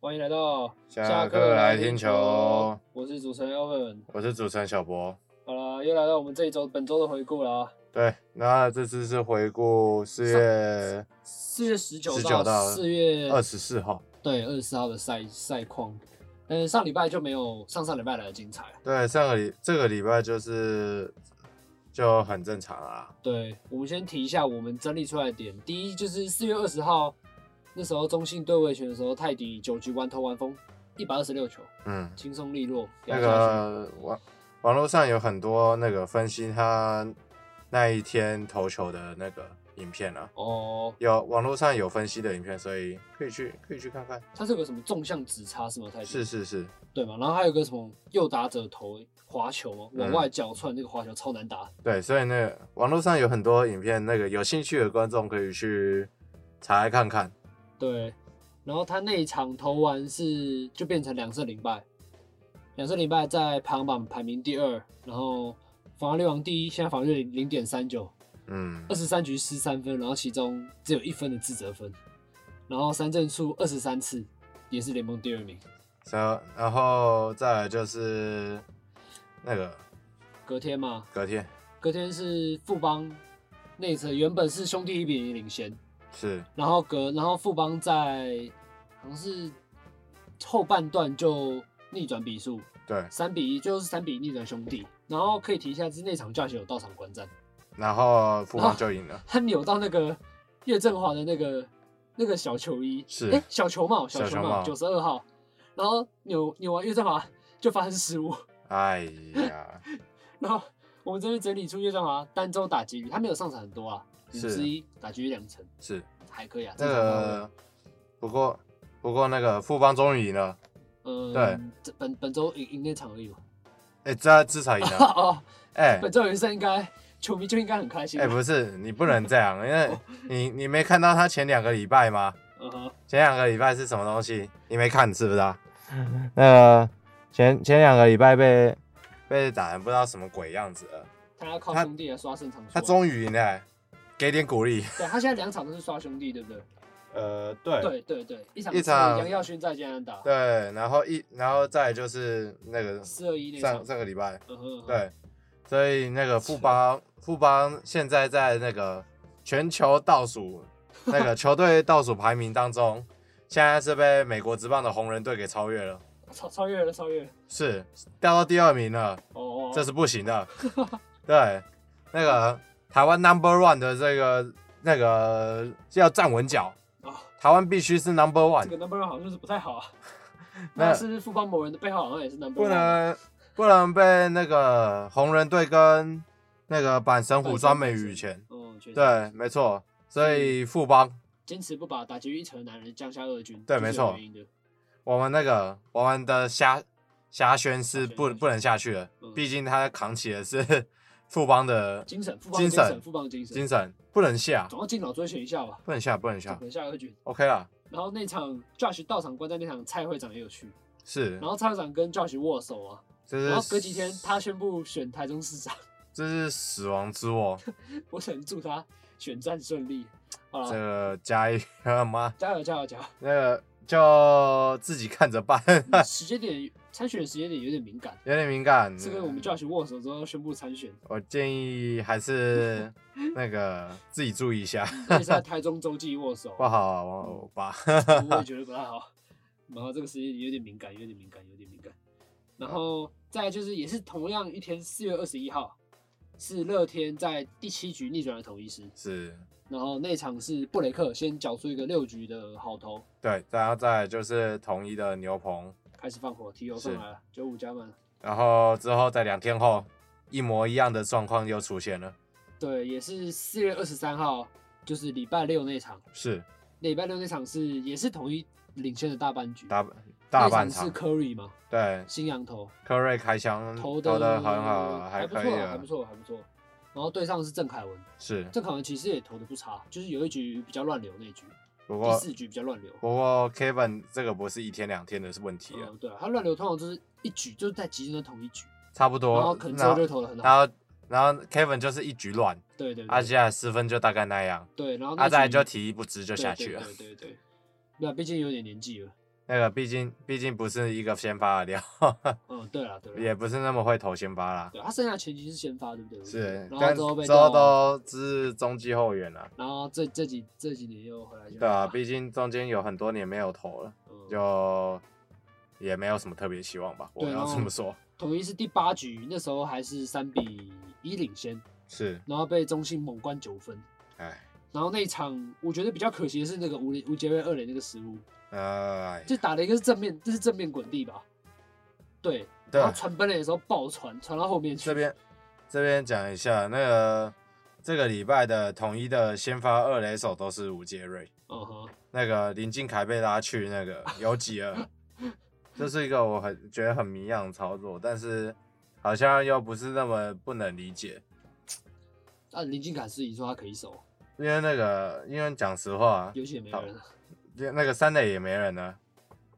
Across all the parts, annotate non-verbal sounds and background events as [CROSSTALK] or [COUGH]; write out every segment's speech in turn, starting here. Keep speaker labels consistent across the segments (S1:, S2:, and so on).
S1: 欢迎来到
S2: 下课来听球，
S1: 我是主持人 Elvin。
S2: 我是主持人小博。
S1: 好了，又来到我们这一周本周的回顾了啊，
S2: 对，那这次是回顾四月
S1: 四月十九
S2: 19
S1: 到
S2: 到
S1: 四月
S2: 二十四号，
S1: 对二十四号的赛赛况。嗯，上礼拜就没有上上礼拜来的精彩。
S2: 对，上个礼这个礼拜就是就很正常啊啦。
S1: 对，我们先提一下我们整理出来的点。第一就是四月二十号那时候中信对卫权的时候，泰迪九局完投完封，一百二十六球，
S2: 嗯，
S1: 轻松利落。
S2: 那
S1: 压下去
S2: 个网网络上有很多那个分析他那一天投球的那个影片啊，
S1: 哦，
S2: 有网络上有分析的影片，所以可以去可以去看看。
S1: 它是有个什么纵向直插是吗？泰迪
S2: 是是是，
S1: 对嘛？然后还有个什么右打者投滑球哦，往
S2: 嗯
S1: 外脚窜，那个滑球超难打。
S2: 对，所以那个网络上有很多影片，那个有兴趣的观众可以去查来看看。
S1: 对，然后他那一场投完是就变成两胜零败，两胜零败在排行榜排名第二，然后防御率王第一，现在防御率零点三九，
S2: 嗯
S1: 二，十三局失三分，然后其中只有一分的自责分，然后三振数二十三次，也是联盟第二名。
S2: 然然后再来就是那个
S1: 隔天嘛，
S2: 隔天
S1: 隔天是富邦内侧，原本是兄弟一比零领先，
S2: 是
S1: 然后隔然后富邦在好像是后半段就逆转比数
S2: 对，
S1: 三比一，最后是三比一逆转兄弟。然后可以提一下，是那场教学有到场观战，
S2: 然后富
S1: 啊
S2: 邦就赢了，
S1: 他扭到那个岳振华的那个那个小球衣，
S2: 是
S1: 哎小球帽小
S2: 小
S1: 球
S2: 球
S1: 帽
S2: 帽
S1: 九十二号，然后扭扭完岳振华就发生失误，
S2: 哎呀，
S1: 然后我们这边整理出岳振华单周打击率，他没有上场很多啊，五
S2: 是
S1: 之一打击率两成
S2: 是
S1: 还可以啊，
S2: 那
S1: 正常发挥
S2: 个不过不过那个富邦终于赢了，
S1: 嗯，
S2: 对，
S1: 这本本周赢赢那场而已嘛。 [LAUGHS]
S2: 哎，这至少赢了，
S1: 哦，
S2: 哎
S1: 本周人生应该球迷就应该很开心吧。
S2: 哎，不是你不能这样，因为你你没看到他前两个礼拜吗？
S1: 嗯哼，
S2: 前两个礼拜是什么东西？你没看是不是啊？那个前前两个礼拜被被打成不知道什么鬼样子了，
S1: 他要靠
S2: 他
S1: 兄弟来刷胜场数啊。
S2: 他终于赢了、给点鼓励。
S1: 对他现在两场都是刷兄弟，对不对？
S2: 呃，对
S1: 对对对，一场
S2: 一
S1: 是
S2: 场
S1: 杨耀勋在加拿大，
S2: 对，然后一然后再来就是那个
S1: 四二一那
S2: 上
S1: 场。
S2: 上个礼拜，
S1: 嗯哼，嗯哼，
S2: 对，所以那个富邦富邦现在在那个全球倒数那个球队倒数排名当中，现在是被美国职棒的红人队给超越了，
S1: 超超越了，超越了。
S2: 是掉到第二名了，
S1: 哦哦，
S2: 这是不行的。 [LAUGHS] 对，那个台湾 number one 的这个那个要站稳脚，
S1: 啊，
S2: 台湾必须是 number
S1: 这
S2: one，
S1: 个 number one 好像就是不太好
S2: [LAUGHS]
S1: 啊。
S2: 那
S1: 那是富邦某人的背后好像也是 number one，
S2: 不能啊不能被那个红人队跟那个阪神虎专美羽前。
S1: 嗯，确实，
S2: 对，没错。所以富邦，
S1: 坚持不把打击率一成的男人降下二军，这
S2: 对
S1: 是
S2: 没错
S1: 有原因的。
S2: 我们那个我们的虾虾轩是
S1: 虾
S2: 不
S1: 轩
S2: 不能下去了
S1: 嗯，
S2: 毕竟他扛起的是 [LAUGHS] 富邦的
S1: 精神，富邦的
S2: 精神
S1: 神，富邦的精神，
S2: 精神，啊不能下，
S1: 总要尽早追寻一下吧，
S2: 不能下，不能下
S1: 可。能下二军。
S2: OK 啦，
S1: 然后那场 Josh 到场观战那场，蔡会长也有去，
S2: 是
S1: 然，后蔡会长跟 Josh 握手啊，
S2: 这
S1: 然后
S2: 是
S1: 隔几天他宣布选台中市长， [LAUGHS]
S2: 这是死亡之握，
S1: 我只能祝他选战顺利。好
S2: 这
S1: 了，
S2: 个加一妈
S1: 加油加油加
S2: [LAUGHS] 那个就自己看着办，
S1: 油！时间点参选的时间点有点敏感，
S2: 有点敏感。嗯
S1: 是跟我们 Josh 握手之后宣布参选，
S2: 我建议还是那个自己注意
S1: [LAUGHS]
S2: 一下，
S1: 而且是在台中洲际握手
S2: [LAUGHS] 不，好我我爸。 [LAUGHS]
S1: 我也觉得不太好。然后这个时间点有点敏感，有点敏感，有点敏感。然后再来就是也是同样一天，四月二十一号是乐天在第七局逆转了统一师。
S2: 是，
S1: 然后那场是布雷克先缴出一个六局的好投，
S2: 对，然后再来就是统一的牛棚，
S1: 开始放火，提油上来了，九五加满，
S2: 然后之后在两天后，一模一样的状况又出现了。
S1: 对，也是四月二十三号，就是礼拜六那场，
S2: 是
S1: 礼拜六那场是也是统一领先的大半局，
S2: 大大半
S1: 那
S2: 场
S1: 是，Curry 嘛，
S2: 对，
S1: 新羊头
S2: 科瑞开枪
S1: 投
S2: 的
S1: 的
S2: 很好，
S1: 还不
S2: 可
S1: 错
S2: 以
S1: 啊，还
S2: 啊
S1: 不。错，还不错。然后对上是郑凯文，
S2: 是，
S1: 郑凯文其实也投的不差，就是有一局比较乱流那局，
S2: 不
S1: 第
S2: 过
S1: 四局比较乱流。
S2: 不过 Kevin 这个不是一天两天的问题啊，
S1: 嗯，对啊，他乱流通常就是一局就是在集中的同一局，
S2: 差不多。
S1: 然后可能之后就投的很
S2: 然
S1: 好，
S2: 后然后 Kevin 就是一局乱，
S1: 对对
S2: 啊，
S1: 对，
S2: 接下来失分就大概那样，
S1: 对，然后那
S2: 啊，再来
S1: 局
S2: 就体力不支就
S1: 对
S2: 下
S1: 对
S2: 去了。
S1: 对对对，那毕竟有点年纪了。
S2: 那个毕竟毕竟不是一个先发的料， [LAUGHS]
S1: 嗯，对了，对了，
S2: 也不是那么会投先发啦。
S1: 对他剩下前期是先发，对不对？我记
S2: 是
S1: 得，然后
S2: 但
S1: 之后被
S2: 之后
S1: 调
S2: 都是中继后援啦。
S1: 然后这这几这几年又回来嗯先
S2: 对
S1: 发
S2: 啊，毕竟中间有很多年没有投了，
S1: 嗯
S2: 就也没有什么特别希望吧。我
S1: 对
S2: 要
S1: 然
S2: 这
S1: 后
S2: 么说，
S1: 统一是第八局，那时候还是三比一领先，
S2: 是，
S1: 然后被中信猛灌九分。
S2: 哎，
S1: 然后那一场，我觉得比较可惜的是那个吴林吴杰瑞二垒那个失误，
S2: 呃，
S1: 就打了一个是正面，这是正面滚地吧？对，
S2: 对啊
S1: 然后传本垒的时候爆传，传到后面去。
S2: 这边这边讲一下，那个这个礼拜的统一的先发二垒手都是吴杰瑞，
S1: 嗯哼，
S2: 那个林敬凯被拉去那
S1: [LAUGHS]
S2: 个有几二，这是一个我很觉得很迷样的操作，但是好像又不是那么不能理解，
S1: 啊，林俊凯自己说他可以守，
S2: 因为那个因为讲实话，
S1: 游戏也没人了，
S2: 那个三垒也没人啊了，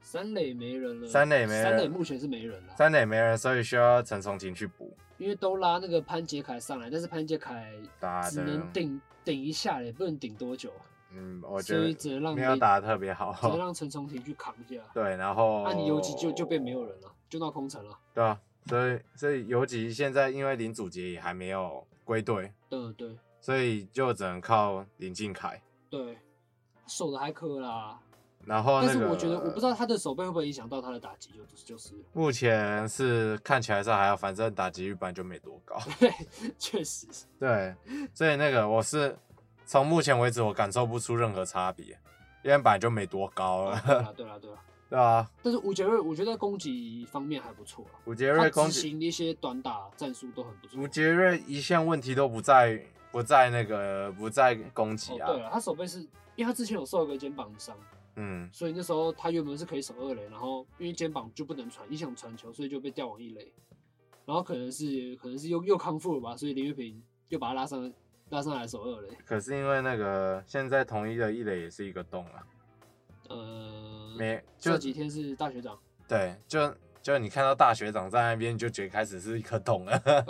S1: 三垒没人了，
S2: 三垒没人
S1: 三垒目前是没人了，
S2: 三垒没人，所以需要陈松廷去补。
S1: 因为都拉那个潘杰凯上来，但是潘杰凯
S2: 打
S1: 只
S2: 的，
S1: 能顶顶一下嘞，不能顶多久啊，
S2: 嗯，我觉
S1: 所以
S2: 得
S1: 只能让
S2: 没有
S1: 林
S2: 打的特别
S1: 只能
S2: 好。
S1: 让陈崇廷去扛一下。
S2: 对，然后
S1: 那、你游击就就变没有人了，就闹空城了。
S2: 对啊，所以所以尤其现在因为林祖杰也还没有归队，
S1: 嗯，对
S2: 所以就只能靠林敬凯。
S1: 对，守的还可啦，
S2: 然后那
S1: 但
S2: 个，
S1: 是我觉得我不知道他的手背会不会影响到他的打击，就就是 [LAUGHS] 了
S2: 目前是看起来是还好，反正打击率本来就没多高。 [LAUGHS]
S1: 确实是
S2: 对，所以那个我是从目前为止我感受不出任何差别，因为本来就没多高
S1: 哦
S2: 了，
S1: 对啦对啦对啦。
S2: 对啊，
S1: 但是吴杰瑞，我觉得攻击方面还不错啦，
S2: 吴杰
S1: 他
S2: 瑞攻
S1: 执
S2: 击，
S1: 行的一些短打战术都很不错。
S2: 吴杰瑞一向问题都不在不在那个不在攻
S1: 哦，
S2: 击啊，
S1: 对了，他手背是因为他之前有受一个肩膀伤，
S2: 嗯，
S1: 所以那时候他原本是可以守二垒，然后因为肩膀就不能传，影响传球，所以就被调往一垒。然后可能是可能是又又康复了吧，所以林月平又把他拉上拉上来守二垒。
S2: 可是因为那个现在统一的一垒也是一个洞啊，
S1: 呃，
S2: 没就
S1: 这几天是大学长，
S2: 对，就就你看到大学长在那边，你就觉得开始是一颗洞了。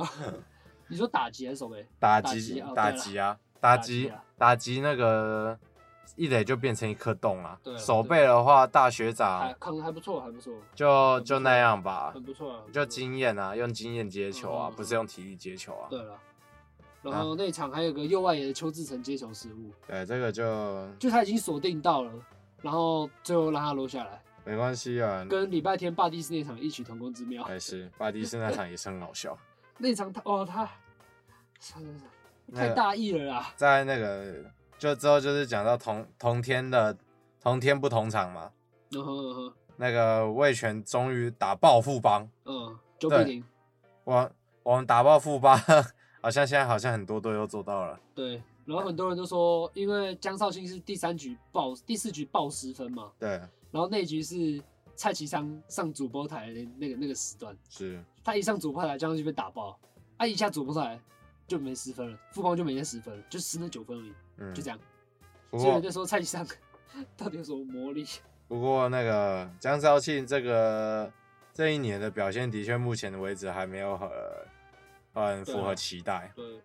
S1: 你说打击还是守备？
S2: 打
S1: 哦打
S2: 击
S1: 击哦
S2: 打
S1: 对了
S2: 击啊，打
S1: 打击
S2: 击
S1: 啊
S2: 打击那个一垒就变成一颗洞了
S1: 对。了
S2: 手
S1: 对
S2: 背的话，大学
S1: 还
S2: 长
S1: 康还不错，还不错，
S2: 就
S1: 很不
S2: 就
S1: 错
S2: 那样吧
S1: 很，不错啊。很不
S2: 就
S1: 错
S2: 经验啊，用经验接球啊，
S1: 嗯嗯
S2: 不是用体力接球啊。
S1: 对了。然后那一场还有个右外野的邱志成接球失误，
S2: 对，这个就
S1: 就他已经锁定到了，然后最后让他落下来，
S2: 没关
S1: [LAUGHS]
S2: 系啊。
S1: 跟礼拜天霸蒂斯那场异曲同工之妙。
S2: 还是巴蒂斯那场也是很好笑，
S1: 那场他哦他，算了算了
S2: 那
S1: 太
S2: 个
S1: 大意了啦。
S2: 在那个就之后就是讲到同同天的同天不同场嘛，
S1: 嗯哼嗯哼
S2: 那个魏权终于打爆富邦，
S1: 嗯，九比
S2: 对
S1: 零，
S2: 我我们打爆富邦，好像现在好像很多队都做到了。
S1: 对。然后很多人都说，因为江绍兴是第三局爆第四局爆十分嘛，
S2: 对，
S1: 然后那一局是蔡其昌上主播台的那个那个时段，
S2: 是，
S1: 他一上主播台，江绍兴被打爆，他一下主播台就没失分了，富邦就没那十分了，就失那九分而已，
S2: 嗯
S1: 就，这样。
S2: 不
S1: 所以我
S2: 过
S1: 就说蔡其昌 [LAUGHS] 到底有什么魔力？
S2: 不过那个江少庆这个这一年的表现的确目前为止还没有很很符
S1: 啊
S2: 合期待，
S1: 对，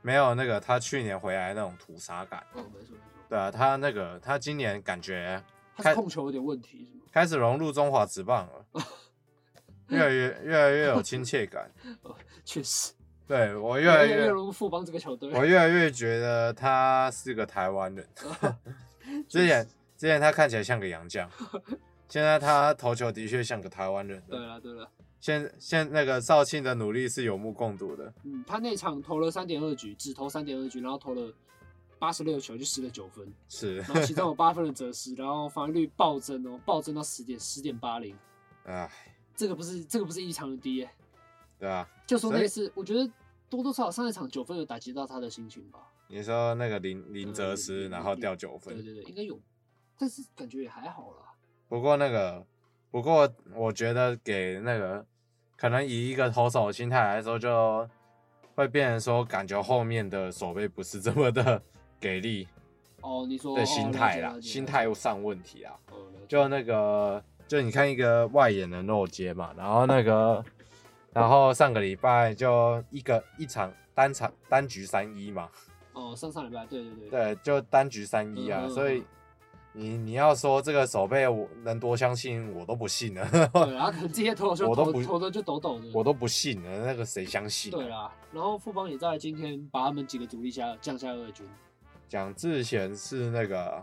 S2: 没有那个他去年回来那种屠杀感。
S1: 哦，没错没错，
S2: 对啊，他那个他今年感觉
S1: 他
S2: 开
S1: 是控球有点问题是吗？ [LAUGHS]
S2: 开始融入中华职棒了，越来越越来越有亲切感。
S1: 确实，
S2: 对我越哦
S1: 越
S2: 来
S1: 来越
S2: 越
S1: 融入富邦这个球队。
S2: 我越来越觉得他是个台湾人。
S1: 哦
S2: 之前之前他看起来像个洋
S1: [LAUGHS]
S2: 将，现在他投球的确像个台湾人
S1: 对
S2: 了。
S1: 了对啊了，
S2: 现现那个肇庆的努力是有目共睹的，
S1: 嗯，他那场投了三点二局，只投三点二局，然后投了八十六球，就失了九分， [LAUGHS]
S2: 是
S1: 然后其中有八分的折失，然后防御率暴增哦，暴增到十点十点八零，
S2: 哎，
S1: 这个不是这个不是异常的低耶、
S2: 对啊，
S1: 就说
S2: 所
S1: 那
S2: 以
S1: 次，我觉得多多少少上一场九分有打击到他的心情吧。
S2: 你说那个林林
S1: 呃
S2: 哲思，
S1: 林
S2: 然后
S1: 林
S2: 掉九
S1: 对
S2: 分，
S1: 对对，应该有，但是感觉也还好啦。
S2: 不过那个不过我觉得给那个可能以一个投手的心态来说，就会变成说感觉后面的守备不是这么的 [LAUGHS] 给力，
S1: 哦，你说
S2: 对
S1: 哦
S2: 心
S1: 了
S2: 态
S1: 解
S2: 啦
S1: 了，解
S2: 心
S1: 了
S2: 态
S1: 解
S2: 上问题啊。
S1: 哦了解
S2: 就那个，就你看一个外野的漏接嘛，然后那个，然后上个礼拜就一个一场单场单局三一嘛，
S1: 哦上上礼拜对对对
S2: 对，就单局三一啊，
S1: 嗯
S2: 所以你你要说这个手背我能多相信，我都不信了，
S1: 对，然后可能这些投手
S2: 我
S1: 就
S2: 都
S1: 投
S2: 不
S1: 投的就抖抖的，
S2: [LAUGHS] 我都不信了，那个谁相信、
S1: 对
S2: 啊？
S1: 啦。然后富邦也在今天把他们几个主力下降下二军，
S2: 蒋志贤是那个，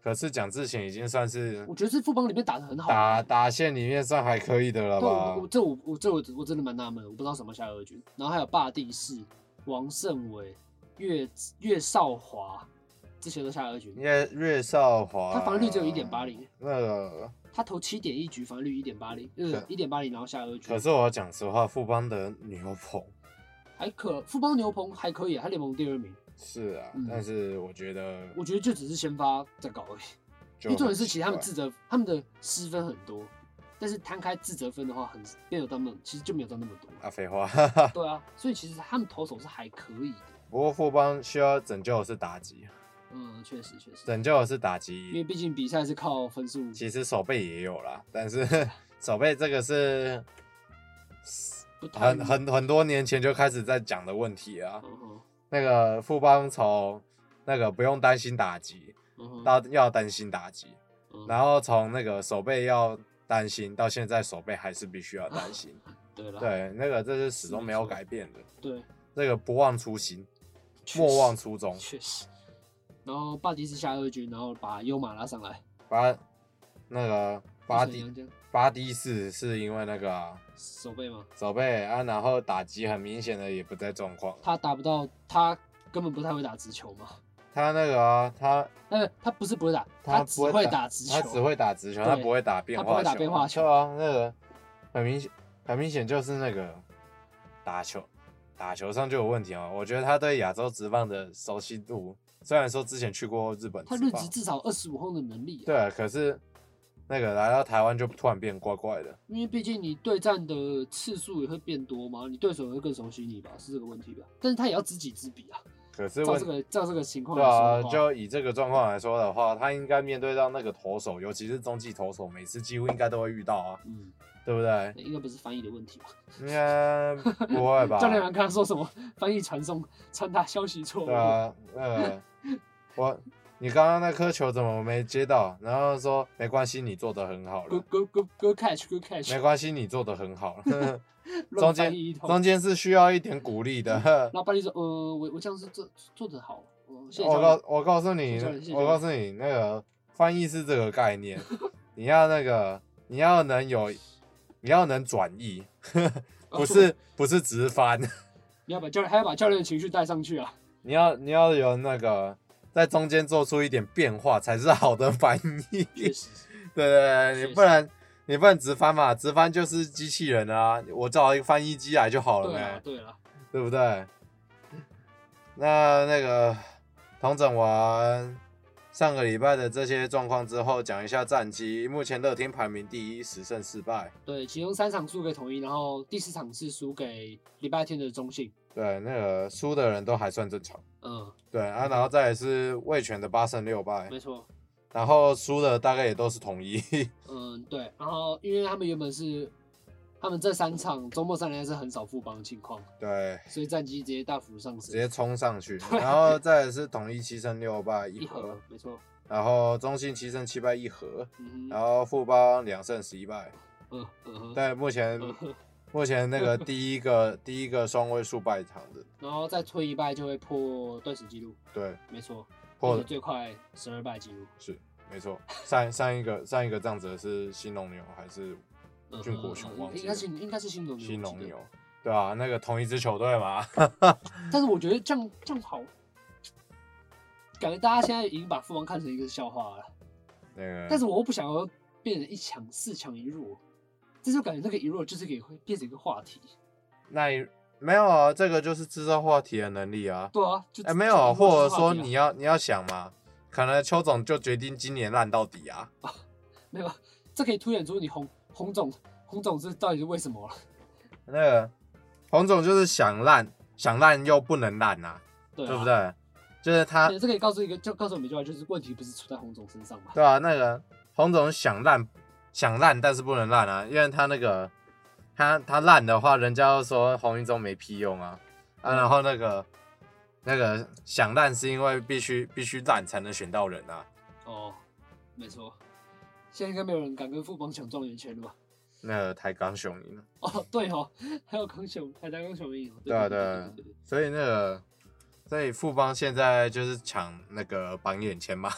S2: 可是蒋志贤已经算是
S1: 我觉得是富邦里面打的很好
S2: 打
S1: 啊。
S2: 打线里面算还可以的了
S1: 对，我
S2: 吧
S1: 我？这我我这我我真的蛮纳闷，我不知道什么下二军。然后还有霸地士、王胜伟、岳岳少华这些都下二军，
S2: 因为岳少华
S1: 他防御率只有1.80，
S2: 那个
S1: 他投七点一局，防御率一点八零，呃，一点八零，然后下二局
S2: 可，是我要讲实话，富邦的牛棚
S1: 还可富邦牛棚还可以啊，他联盟第二名，
S2: 是啊，
S1: 嗯
S2: 但是我觉得
S1: 我觉得就只是先发在搞而已。因
S2: 就
S1: 为重点
S2: 很
S1: 是，其
S2: 奇
S1: 实他们
S2: 怪
S1: 自责，他们的失分很多，但是摊开自责分的话很，没有到那么，其实就没有到那么多。
S2: 啊废话，
S1: 对啊，所以其实他们投手是还可以的。
S2: 不过富邦需要拯救的是打击， [LAUGHS]
S1: 嗯，确实确实，
S2: 拯救的是打
S1: 因为
S2: 击，
S1: 毕竟比赛是靠分数。
S2: 其实手背也有啦，但是 [LAUGHS] 手背这个是
S1: 不太
S2: 很很很多年前就开始在讲的问题啊。
S1: 嗯哼
S2: 那个富邦从那个不用担心打击
S1: 嗯哼
S2: 到要担心打击，
S1: 嗯
S2: 然后从那个手背要担心到现在手背还是必须要担心，
S1: 对了，
S2: 啊对，那个这是始终没有
S1: 没错
S2: 改变的，
S1: 对，
S2: 这个不忘初心，
S1: 确
S2: 莫
S1: 实
S2: 忘初衷，
S1: 确实。然后巴迪是下二军，然后把优马拉上来。
S2: 把那个
S1: 变
S2: 巴
S1: 成
S2: 迪
S1: 杨江
S2: 巴迪士是因为那个啊、
S1: 手背吗？
S2: 手背啊，然后打击很明显的也不在状况，
S1: 他打不到，他根本不太会打直球嘛。
S2: 他那个啊，他
S1: 呃，他不是不会打，
S2: 他
S1: 只
S2: 不会
S1: 会
S2: 打
S1: 打直球，
S2: 他只会打直球，
S1: 对
S2: 他不会打变
S1: 他
S2: 化
S1: 不会打变化球
S2: 对啊，那个很明显，很明显就是那个打球，打球上就有问题哦。我觉得他对亚洲职棒的熟悉度，虽然说之前去过日本
S1: 他
S2: 职
S1: 日
S2: 棒
S1: 职，至少二十五轰的能力、啊。
S2: 对，可是那个来到台湾就突然变怪怪的。
S1: 因为毕竟你对战的次数也会变多嘛，你对手也会更熟悉你吧，是这个问题吧？但是他也要知己知彼啊。
S2: 可是
S1: 照
S2: 问
S1: 这个照这个情况
S2: 对
S1: 来说
S2: 啊
S1: 的，话，
S2: 就以这个状况来说的话，他应该面对到那个投手，尤其是中继投手，每次几乎应该都会遇到啊，
S1: 嗯，
S2: 对不对？
S1: 那应该不是翻译的问题吧？
S2: 应该不会
S1: [LAUGHS]
S2: 吧？
S1: 教练员刚刚说什么？翻译传送传达消息错误
S2: 对，
S1: [LAUGHS]
S2: 啊，呃，我你刚刚那颗球怎么没接到？然后说没关系，你做的很好
S1: Good
S2: 了，
S1: good good good catch good catch，
S2: 没关系，你做的很好了。中
S1: 乱
S2: 间
S1: 翻译一通。嗯
S2: 中间是需要一点鼓励的
S1: 然。后巴黎说：“呃，我我这样是做做得好，呃、谢谢
S2: 哦我
S1: 教
S2: 告
S1: 练。
S2: 我告诉你
S1: 谢谢教练谢，谢
S2: 我告诉你，那个翻译是这个概
S1: [LAUGHS]
S2: 念，你要那个你要能有，你要能转译，
S1: 哦
S2: 不是不是直翻， [LAUGHS]
S1: 你要把教练还要把教练的情绪带上去啊，
S2: 你要你要有那个在中间做出一点变化才是好的翻译。
S1: 确实，
S2: [LAUGHS] 对对对，
S1: 是
S2: 你不然你不能直翻嘛，直翻就是机器人啊，我找一个翻译机来就好了
S1: 对啊
S2: 呗，
S1: 对啊，
S2: 对不对？那那个同整完上个礼拜的这些状况之后，讲一下战绩。目前乐天排名第一，十胜四败。
S1: 对，其中三场输给统一，然后第四场是输给礼拜天的中信，
S2: 对，那个输的人都还算正常。
S1: 嗯，
S2: 对啊，然后再来是魏权的八胜六败，
S1: 没错，
S2: 然后输的大概也都是统一。 [LAUGHS]
S1: 嗯对，然后因为他们原本是他们这三场周末三连战是很少复邦的情况，
S2: 对，
S1: 所以战绩直接大幅上
S2: 直
S1: 升，
S2: 接冲
S1: [LAUGHS]
S2: 上去，然后再来是统一七胜六败一
S1: 一
S2: 和
S1: 盒，，没错，
S2: 然后中信七胜七败一和，
S1: 嗯
S2: 然
S1: 哼，
S2: 后富邦两胜十一败。
S1: 嗯嗯哼，
S2: 但目前
S1: 嗯哼，
S2: 目前那个第一个第一个双位数败场的，
S1: 然后再推一败就会破队史纪录，
S2: 对，
S1: 没错，
S2: 破
S1: 就是
S2: 了，
S1: 最快十二败纪录，
S2: 没错。上上一个上一个仗者是新龙牛还是
S1: 嗯
S2: 俊
S1: 哼
S2: 国雄
S1: 嗯
S2: 忘
S1: 应
S2: 记
S1: 该
S2: 了
S1: 是应该是新龙牛，
S2: 新
S1: 我记
S2: 龙
S1: 得
S2: 牛？对啊，那个同一支球队
S1: [LAUGHS]
S2: 嘛，
S1: 但是我觉得这样这样好，感觉大家现在已经把富邦看成一个笑话了。
S2: 嗯那个
S1: 但是我又不想要变成一强四强一弱，这就感觉那个一弱就是给会变成一个话题。
S2: 那一没有啊，这个就是制造话题的能力啊。
S1: 对啊，就
S2: 哎、没有啊，
S1: 就一弱
S2: 或
S1: 就是
S2: 者
S1: 话
S2: 说
S1: 题啊
S2: 你要你要想嘛，可能邱总就决定今年烂到底啊。
S1: 没有，这可以凸显出你红红总红总是到底是为什么了。
S2: 那个洪总就是想烂，想烂又不能烂呐、
S1: 对、啊，
S2: 对不？对？就是他，
S1: 对，这可以告诉一个，就告诉我们一句话，就是问题不是出在红总身上嘛。
S2: 对啊，那个洪总想烂，想烂，但是不能烂啊，因为他那个他他烂的话，人家又说洪一中没屁用啊啊，
S1: 嗯
S2: 然后那个那个想烂是因为必须必须烂才能选到人啊，
S1: 哦，没错，现在应该没有人敢跟富邦抢状元签了吧？
S2: 那个台钢雄鹰，啊
S1: 哦，对哦，还有康雄，还有台钢雄鹰哦，
S2: 对
S1: 对
S2: 啊对啊
S1: 对对对
S2: 所以那个，所以富邦现在就是抢那个榜眼
S1: [LAUGHS]
S2: 签嘛，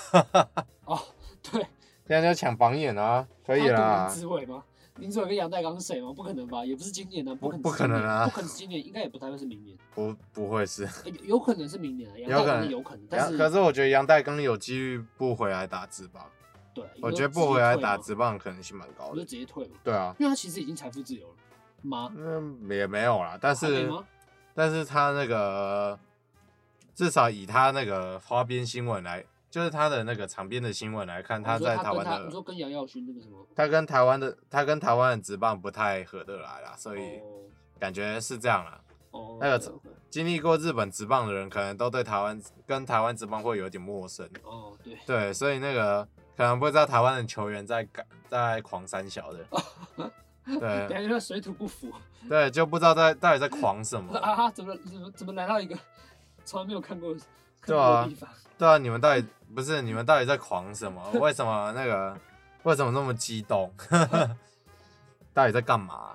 S1: 哦，对，
S2: 现在就抢榜眼啊，可
S1: 可
S2: 以啦
S1: 林，志伟吗？林志伟跟杨代刚是谁吗？不可能吧，也不是今年啊，
S2: 不
S1: 可能，
S2: 不
S1: 不
S2: 可能啊
S1: 不可能是今年，应该也不太会是明年，
S2: 不不会是。
S1: 诶有有可能是明年啊，杨
S2: 有
S1: 代
S2: 可
S1: 刚
S2: 能
S1: 是有可能，但
S2: 杨
S1: 是
S2: 可是我觉得杨代刚有机遇不回来打职棒，
S1: 对，
S2: 我
S1: 你
S2: 觉
S1: 就直
S2: 得不
S1: 接
S2: 回来
S1: 退
S2: 打
S1: 嘛
S2: 职棒的可能性蛮高
S1: 我就
S2: 的。
S1: 直接退嘛，
S2: 对啊，
S1: 因为他其实已经财富自由了吗？
S2: 嗯，也没有啦，但
S1: 还没
S2: 是
S1: 吗？
S2: 但是他那个至少以他那个花边新闻来，就是他的那个场边的新闻来看，
S1: 哦你
S2: 他
S1: 说
S2: 在
S1: 他
S2: 台
S1: 跟
S2: 湾
S1: 他，你
S2: 的
S1: 说跟杨耀勋那个什么？
S2: 他跟台湾的他跟台湾的职棒不太合得来啦，所以
S1: 哦
S2: 感觉是这样啦。
S1: 哦，
S2: 那个
S1: OK，OK
S2: 经历过日本职棒的人，可能都对台湾跟台湾职棒会有点陌生。
S1: 哦，对，
S2: 对，所以那个可能不知道台湾的球员在干在狂三
S1: [LAUGHS]
S2: 小的，对
S1: 感觉水土不服
S2: 对，就不知道在到底在狂什么。
S1: [LAUGHS] 啊！怎么怎么怎么来到一个从来没有看过看
S2: 对
S1: 过
S2: 啊
S1: 的地方？
S2: 对啊，你们到底不是你们到底在狂什么？为什么那个为什么那么激动？ [LAUGHS] 到底在干嘛？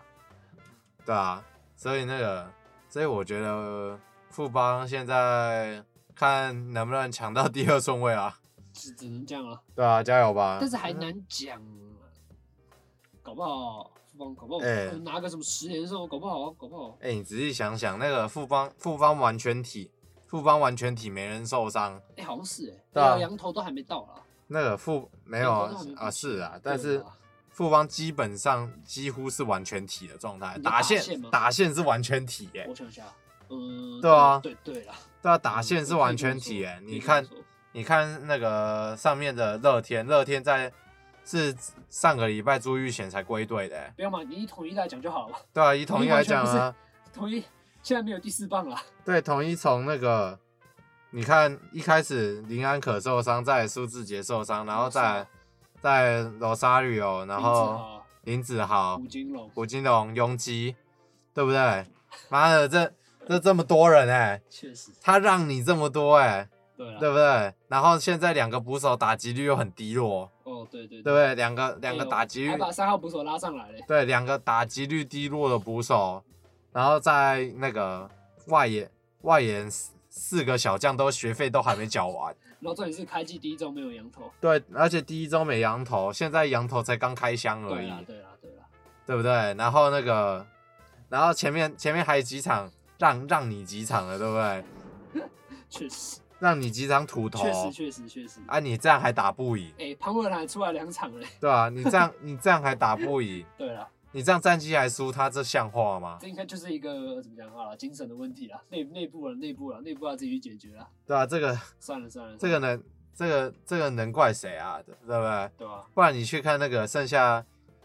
S2: 对啊，所以那个，所以我觉得富邦现在看能不能抢到第二顺位啊？
S1: 只只能这样了，
S2: 对啊，加油吧！
S1: 但是还难讲啊，搞不好富邦，搞不好呃
S2: 哎
S1: 拿个什么十连胜，搞不好，搞不好
S2: 哎、你仔细想想，那个富邦富邦完全体，富邦完全体没人受伤，
S1: 哎，好像是哎，
S2: 对啊
S1: 老羊头都还没到啦。
S2: 那个富没有
S1: 两头都还没
S2: 啊是啊，但是
S1: 对啊
S2: 富邦基本上几乎是完全体的状态，
S1: 你说
S2: 打
S1: 打
S2: 线
S1: 线吗
S2: 打线是完全体耶、
S1: 我想一下，嗯，
S2: 对啊
S1: 对对啦，
S2: 对啊，打线
S1: 嗯
S2: 是完全体耶、你看，
S1: 可以这么说可以这么说
S2: 你看那个上面的乐天，乐天在是上个礼拜朱玉贤才归队的、耶
S1: 不要嘛，你以统一来讲就好了。
S2: 对啊，以统一来讲
S1: 完全
S2: 啊，
S1: [LAUGHS] 统一现在没有第四棒了，
S2: 对，统一从那个，你看一开始林安可受伤，再来苏志杰受伤，然后再来再来 Rosario，然后林子豪
S1: 吴、啊金龙，
S2: 古金龙、拥基，对不对？妈的，这这这么多人哎、
S1: 确实，
S2: 他让你这么多哎、
S1: 对啊啦，
S2: 对不对？然后现在两个捕手打击率又很低落，
S1: 哦，对对
S2: 对不，对？两个两个打击率
S1: 还把三号捕手拉上来嘞，
S2: 对，两个打击率低落的捕手，然后在那个外野外野四四个小将都学费都还没缴完，
S1: 然后重点是开季第一周没有羊头，
S2: 对，而且第一周没羊头，现在羊头才刚开箱而
S1: 对
S2: 已，
S1: 啦对啦对啊啦，
S2: 对不对？然后那个，然后前面前面还有几场让让你几场了，对不对？
S1: 确实
S2: 让你几场土
S1: 确实
S2: 头，
S1: 确实确实，
S2: 啊，你这样还打不赢，
S1: 哎，潘文还出来两场嘞， [LAUGHS]
S2: 对吧、你这样你这样还打不赢，
S1: 对啦，
S2: 你这样战绩还输他，这像话吗？
S1: 这应该就是一个怎么讲好了，精神的问题啦，内内部啊了内部了内部要自己去解决啦，啊
S2: 对吧、这个
S1: 算了算了，
S2: 这个能这个这个能怪谁啊？对不对？
S1: 对啊吧？
S2: 不然你去看那个剩下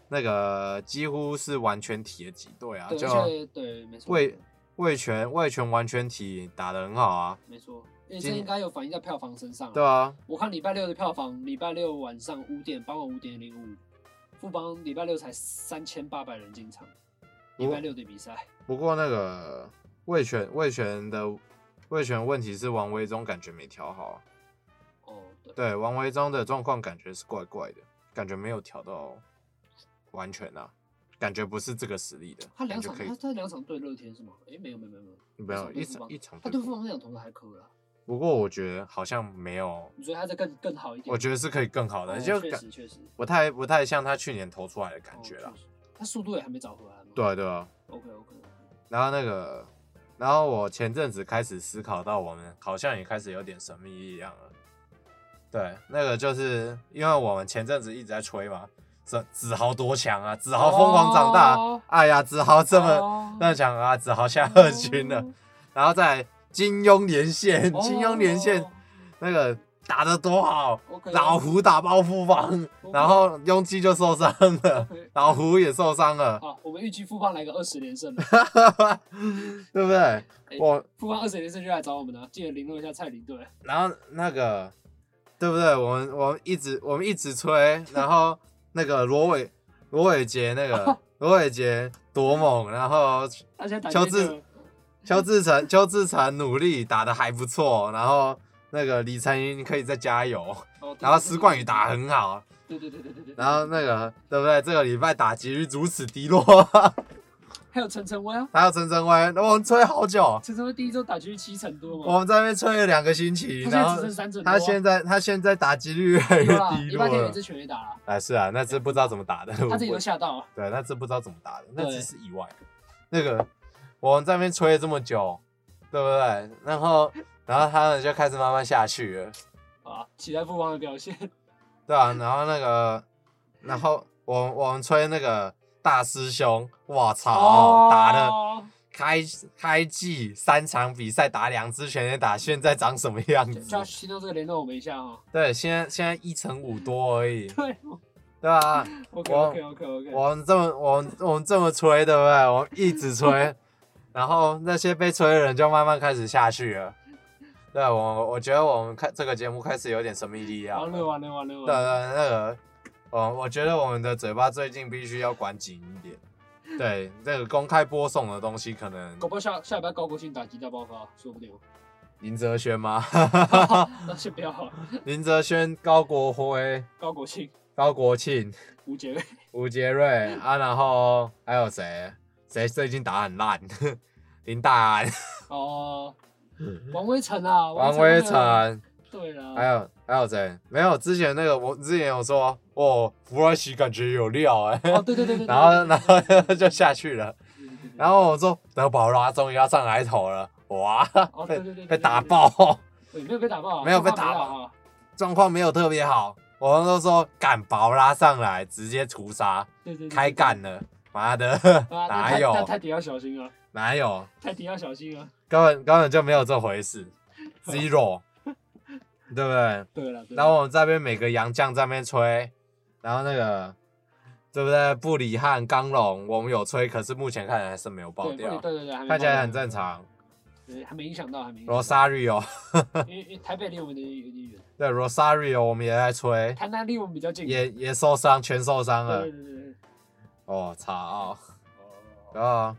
S2: 那个几乎是完全体的几队啊，
S1: 对，
S2: 就
S1: 而且对，没错，
S2: 魏魏权魏权完全体打得很好啊，
S1: 没错，因为
S2: 今
S1: 这应该有反映在票房身上啊。
S2: 对啊，
S1: 我看礼拜六的票房，礼拜六晚上五点，傍晚五点零五，富邦礼拜六才三千八百人进场，
S2: 哦
S1: 礼拜六的比赛，
S2: 不过那个魏权魏权的魏权问题是王维忠感觉没调好啊，
S1: 哦，对，
S2: 对王维忠的状况感觉是怪怪的，感觉没有调到完全啊，感觉不是这个实力的，
S1: 他两
S2: 感觉
S1: 场，
S2: 可
S1: 他
S2: 以
S1: 他两场对乐天是吗？诶，没有没有没有没有，
S2: 没有一
S1: 场对富
S2: 场
S1: 邦
S2: 一场
S1: 他
S2: 对
S1: 对
S2: 不
S1: 富邦那两头还可以啦，
S2: 不过我觉得好像没有，
S1: 你觉得他再更更好一点？
S2: 我觉得是可以更好
S1: 得
S2: 的，
S1: 哦、
S2: 就
S1: 确
S2: 感
S1: 实确实
S2: 不太不太像他去年投出来的感觉
S1: 了
S2: 了。，
S1: 确实他速度也还没找回来嘛。
S2: 对啊对啊，
S1: ，OK OK，
S2: 然后那个，然后我前阵子开始思考到，我们好像也开始有点神秘力量了。对，那个就是因为我们前阵子一直在吹嘛，子子豪多强啊，子豪疯狂长大，
S1: 哦
S2: 哎呀，子豪这么、
S1: 哦
S2: 那么强啊，子豪下二军了，
S1: 哦
S2: 然后再来金庸连线，金庸连线、
S1: 哦
S2: 那个打得多好
S1: OK
S2: 老胡打爆富邦，然后拥基就受伤了 [LAUGHS]
S1: OK
S2: 老胡也受伤了， [LAUGHS]
S1: 好，我们预计富邦来个二十连胜吧。
S2: 对不对？我
S1: 富邦二十连胜就来找我们了，记得联络一下蔡林队。
S2: 然后那个对不对？我们我们一直我们一直吹，然后那个罗伟罗伟杰那个罗伟杰多猛，然后
S1: 他现在打
S2: 乔
S1: 进
S2: 治
S1: 球
S2: 邱志成邱志成努力打的还不错，然后那个李晨云可以再加油，
S1: 哦
S2: 然后施冠宇打得很好，
S1: 对对对对对对。
S2: 然后那个对不对？这个礼拜打击率如此低落， [LAUGHS]
S1: 还有陈晨威啊，
S2: 还有陈晨威，我们吹好久，
S1: 陈晨威第一周打击率七成多
S2: 我
S1: 嘛，
S2: 们在那边吹了两个星期，
S1: 他现
S2: 然
S1: 在只
S2: 后
S1: 剩三成多啊。
S2: 他现在他现在打击率越来越
S1: 有啦，
S2: 低
S1: 一
S2: 落
S1: 半天有
S2: 了
S1: 一。支全垒打啦，
S2: 哎，是啊，那只不知道怎么打的，
S1: 他自己都吓到啊。
S2: 对，那只不知道怎么打的，那
S1: 对
S2: 只是意外。那个我们在那边吹了这么久，对不对？然后然后他们就开始慢慢下去了，
S1: 啊，期待富邦的表现。
S2: 对啊，然后那个然后我我们吹那个大师兄，我操，打的。
S1: 哦
S2: 开开季三场比赛打两支全垒打，现在长什么样子？
S1: Josh 听到这个联络我们一下哦。
S2: 对，现在现在一乘五多而已，
S1: [LAUGHS] 对
S2: 对吧、
S1: ，OK OK OK OK。
S2: 我们这么我们我们这么吹，对不对？我们一直吹，然后那些被吹的人就慢慢开始下去了。对我，我觉得我们开这个节目开始有点神秘力量
S1: 完
S2: 了。
S1: 了完了完了
S2: 对
S1: 完
S2: 对，
S1: 了。
S2: 那个，我我觉得我们的嘴巴最近必须要管紧一点。对，这个公开播送的东西，可能
S1: 搞不好下下礼拜高国庆打击大爆发，说不定哦。
S2: 林哲轩吗？ [LAUGHS]
S1: 那先不要好了，
S2: 林哲轩、高国辉、
S1: 高国庆、
S2: 高国庆、
S1: 吴杰瑞，
S2: 吴杰瑞啊，然后还有谁？谁最近打很烂？林大安、
S1: 哦，王威成啊，
S2: 嗯王
S1: 威
S2: 威
S1: 成。
S2: 成，哎
S1: 对啊啦，
S2: 还有还有谁？没有，之前那个我之前有说，哦，弗莱奇感觉有料哎、
S1: 哦，对对对对。对
S2: 然后
S1: 对
S2: 然
S1: 对对
S2: 后就下去了。
S1: 对对对对
S2: 然后我说，德保拉终于要上来头了，哇，
S1: 哦对
S2: 被
S1: 对对对
S2: 被打
S1: 对对
S2: 爆，
S1: 对没有被打爆啊，
S2: 没有被
S1: 中华
S2: 打
S1: 没
S2: 爆
S1: 啊。
S2: 状况没有特别好。我们都说赶保拉上来，直接屠杀，
S1: 对对。对啊
S2: 开。干了，妈的，
S1: 对啊，但
S2: 哪
S1: 泰
S2: 有
S1: 但泰迪要小心啊，
S2: 哪有，
S1: 泰迪要小心啊。
S2: 根本根本就没有这回
S1: [LAUGHS]
S2: 事，zero，对不对？
S1: 对了，对啦
S2: 然后我们这边每个洋将在那边吹，然后那个对不对？布里汉、刚龙，我们有吹，可是目前看起来还是没有爆
S1: 对
S2: 掉，
S1: 对对对，还没爆
S2: 看起来
S1: 掉
S2: 很正常。
S1: 对，还没影响到，还没影响到。
S2: Rosario，
S1: 因为因为台北离我们的有点远，
S2: [LAUGHS] 对 Rosario，我们也在吹，
S1: 台南离我们比较近。
S2: 也也受伤，全受伤了
S1: 对。对对对，
S2: 哦，操！
S1: 哦，
S2: 然后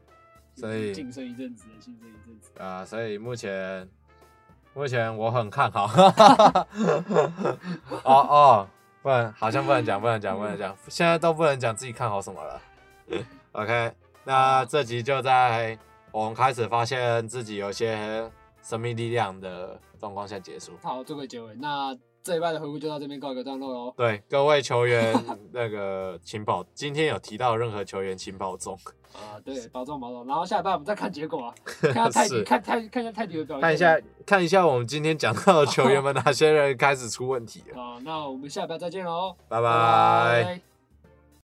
S2: 所以
S1: 晋升一阵子，晋升一阵子。
S2: 啊、呃所以目前目前我很看好。 [LAUGHS] 哦哦，不能，好像不能讲，不能讲，不能讲，现在都不能讲自己看好什么了。OK，那这集就在我们开始发现自己有些生命力量的状况下结束。
S1: 好，做个结尾。那这一拜的回顾就到这边告一个段落哦喽。
S2: 对各位球员，那个请保，今天有提到任何球员请保重，
S1: 啊，对，保重保重。然后下一拜我们再看结果
S2: [LAUGHS]
S1: 啊，看下泰迪，
S2: 是
S1: 看泰看一下泰迪的表现。
S2: 看一下看一下我们今天讲 [LAUGHS] 到的球员们哪些人开始出问题了，
S1: 啊，那我们下一拜再见喽，
S2: 拜拜。
S1: 拜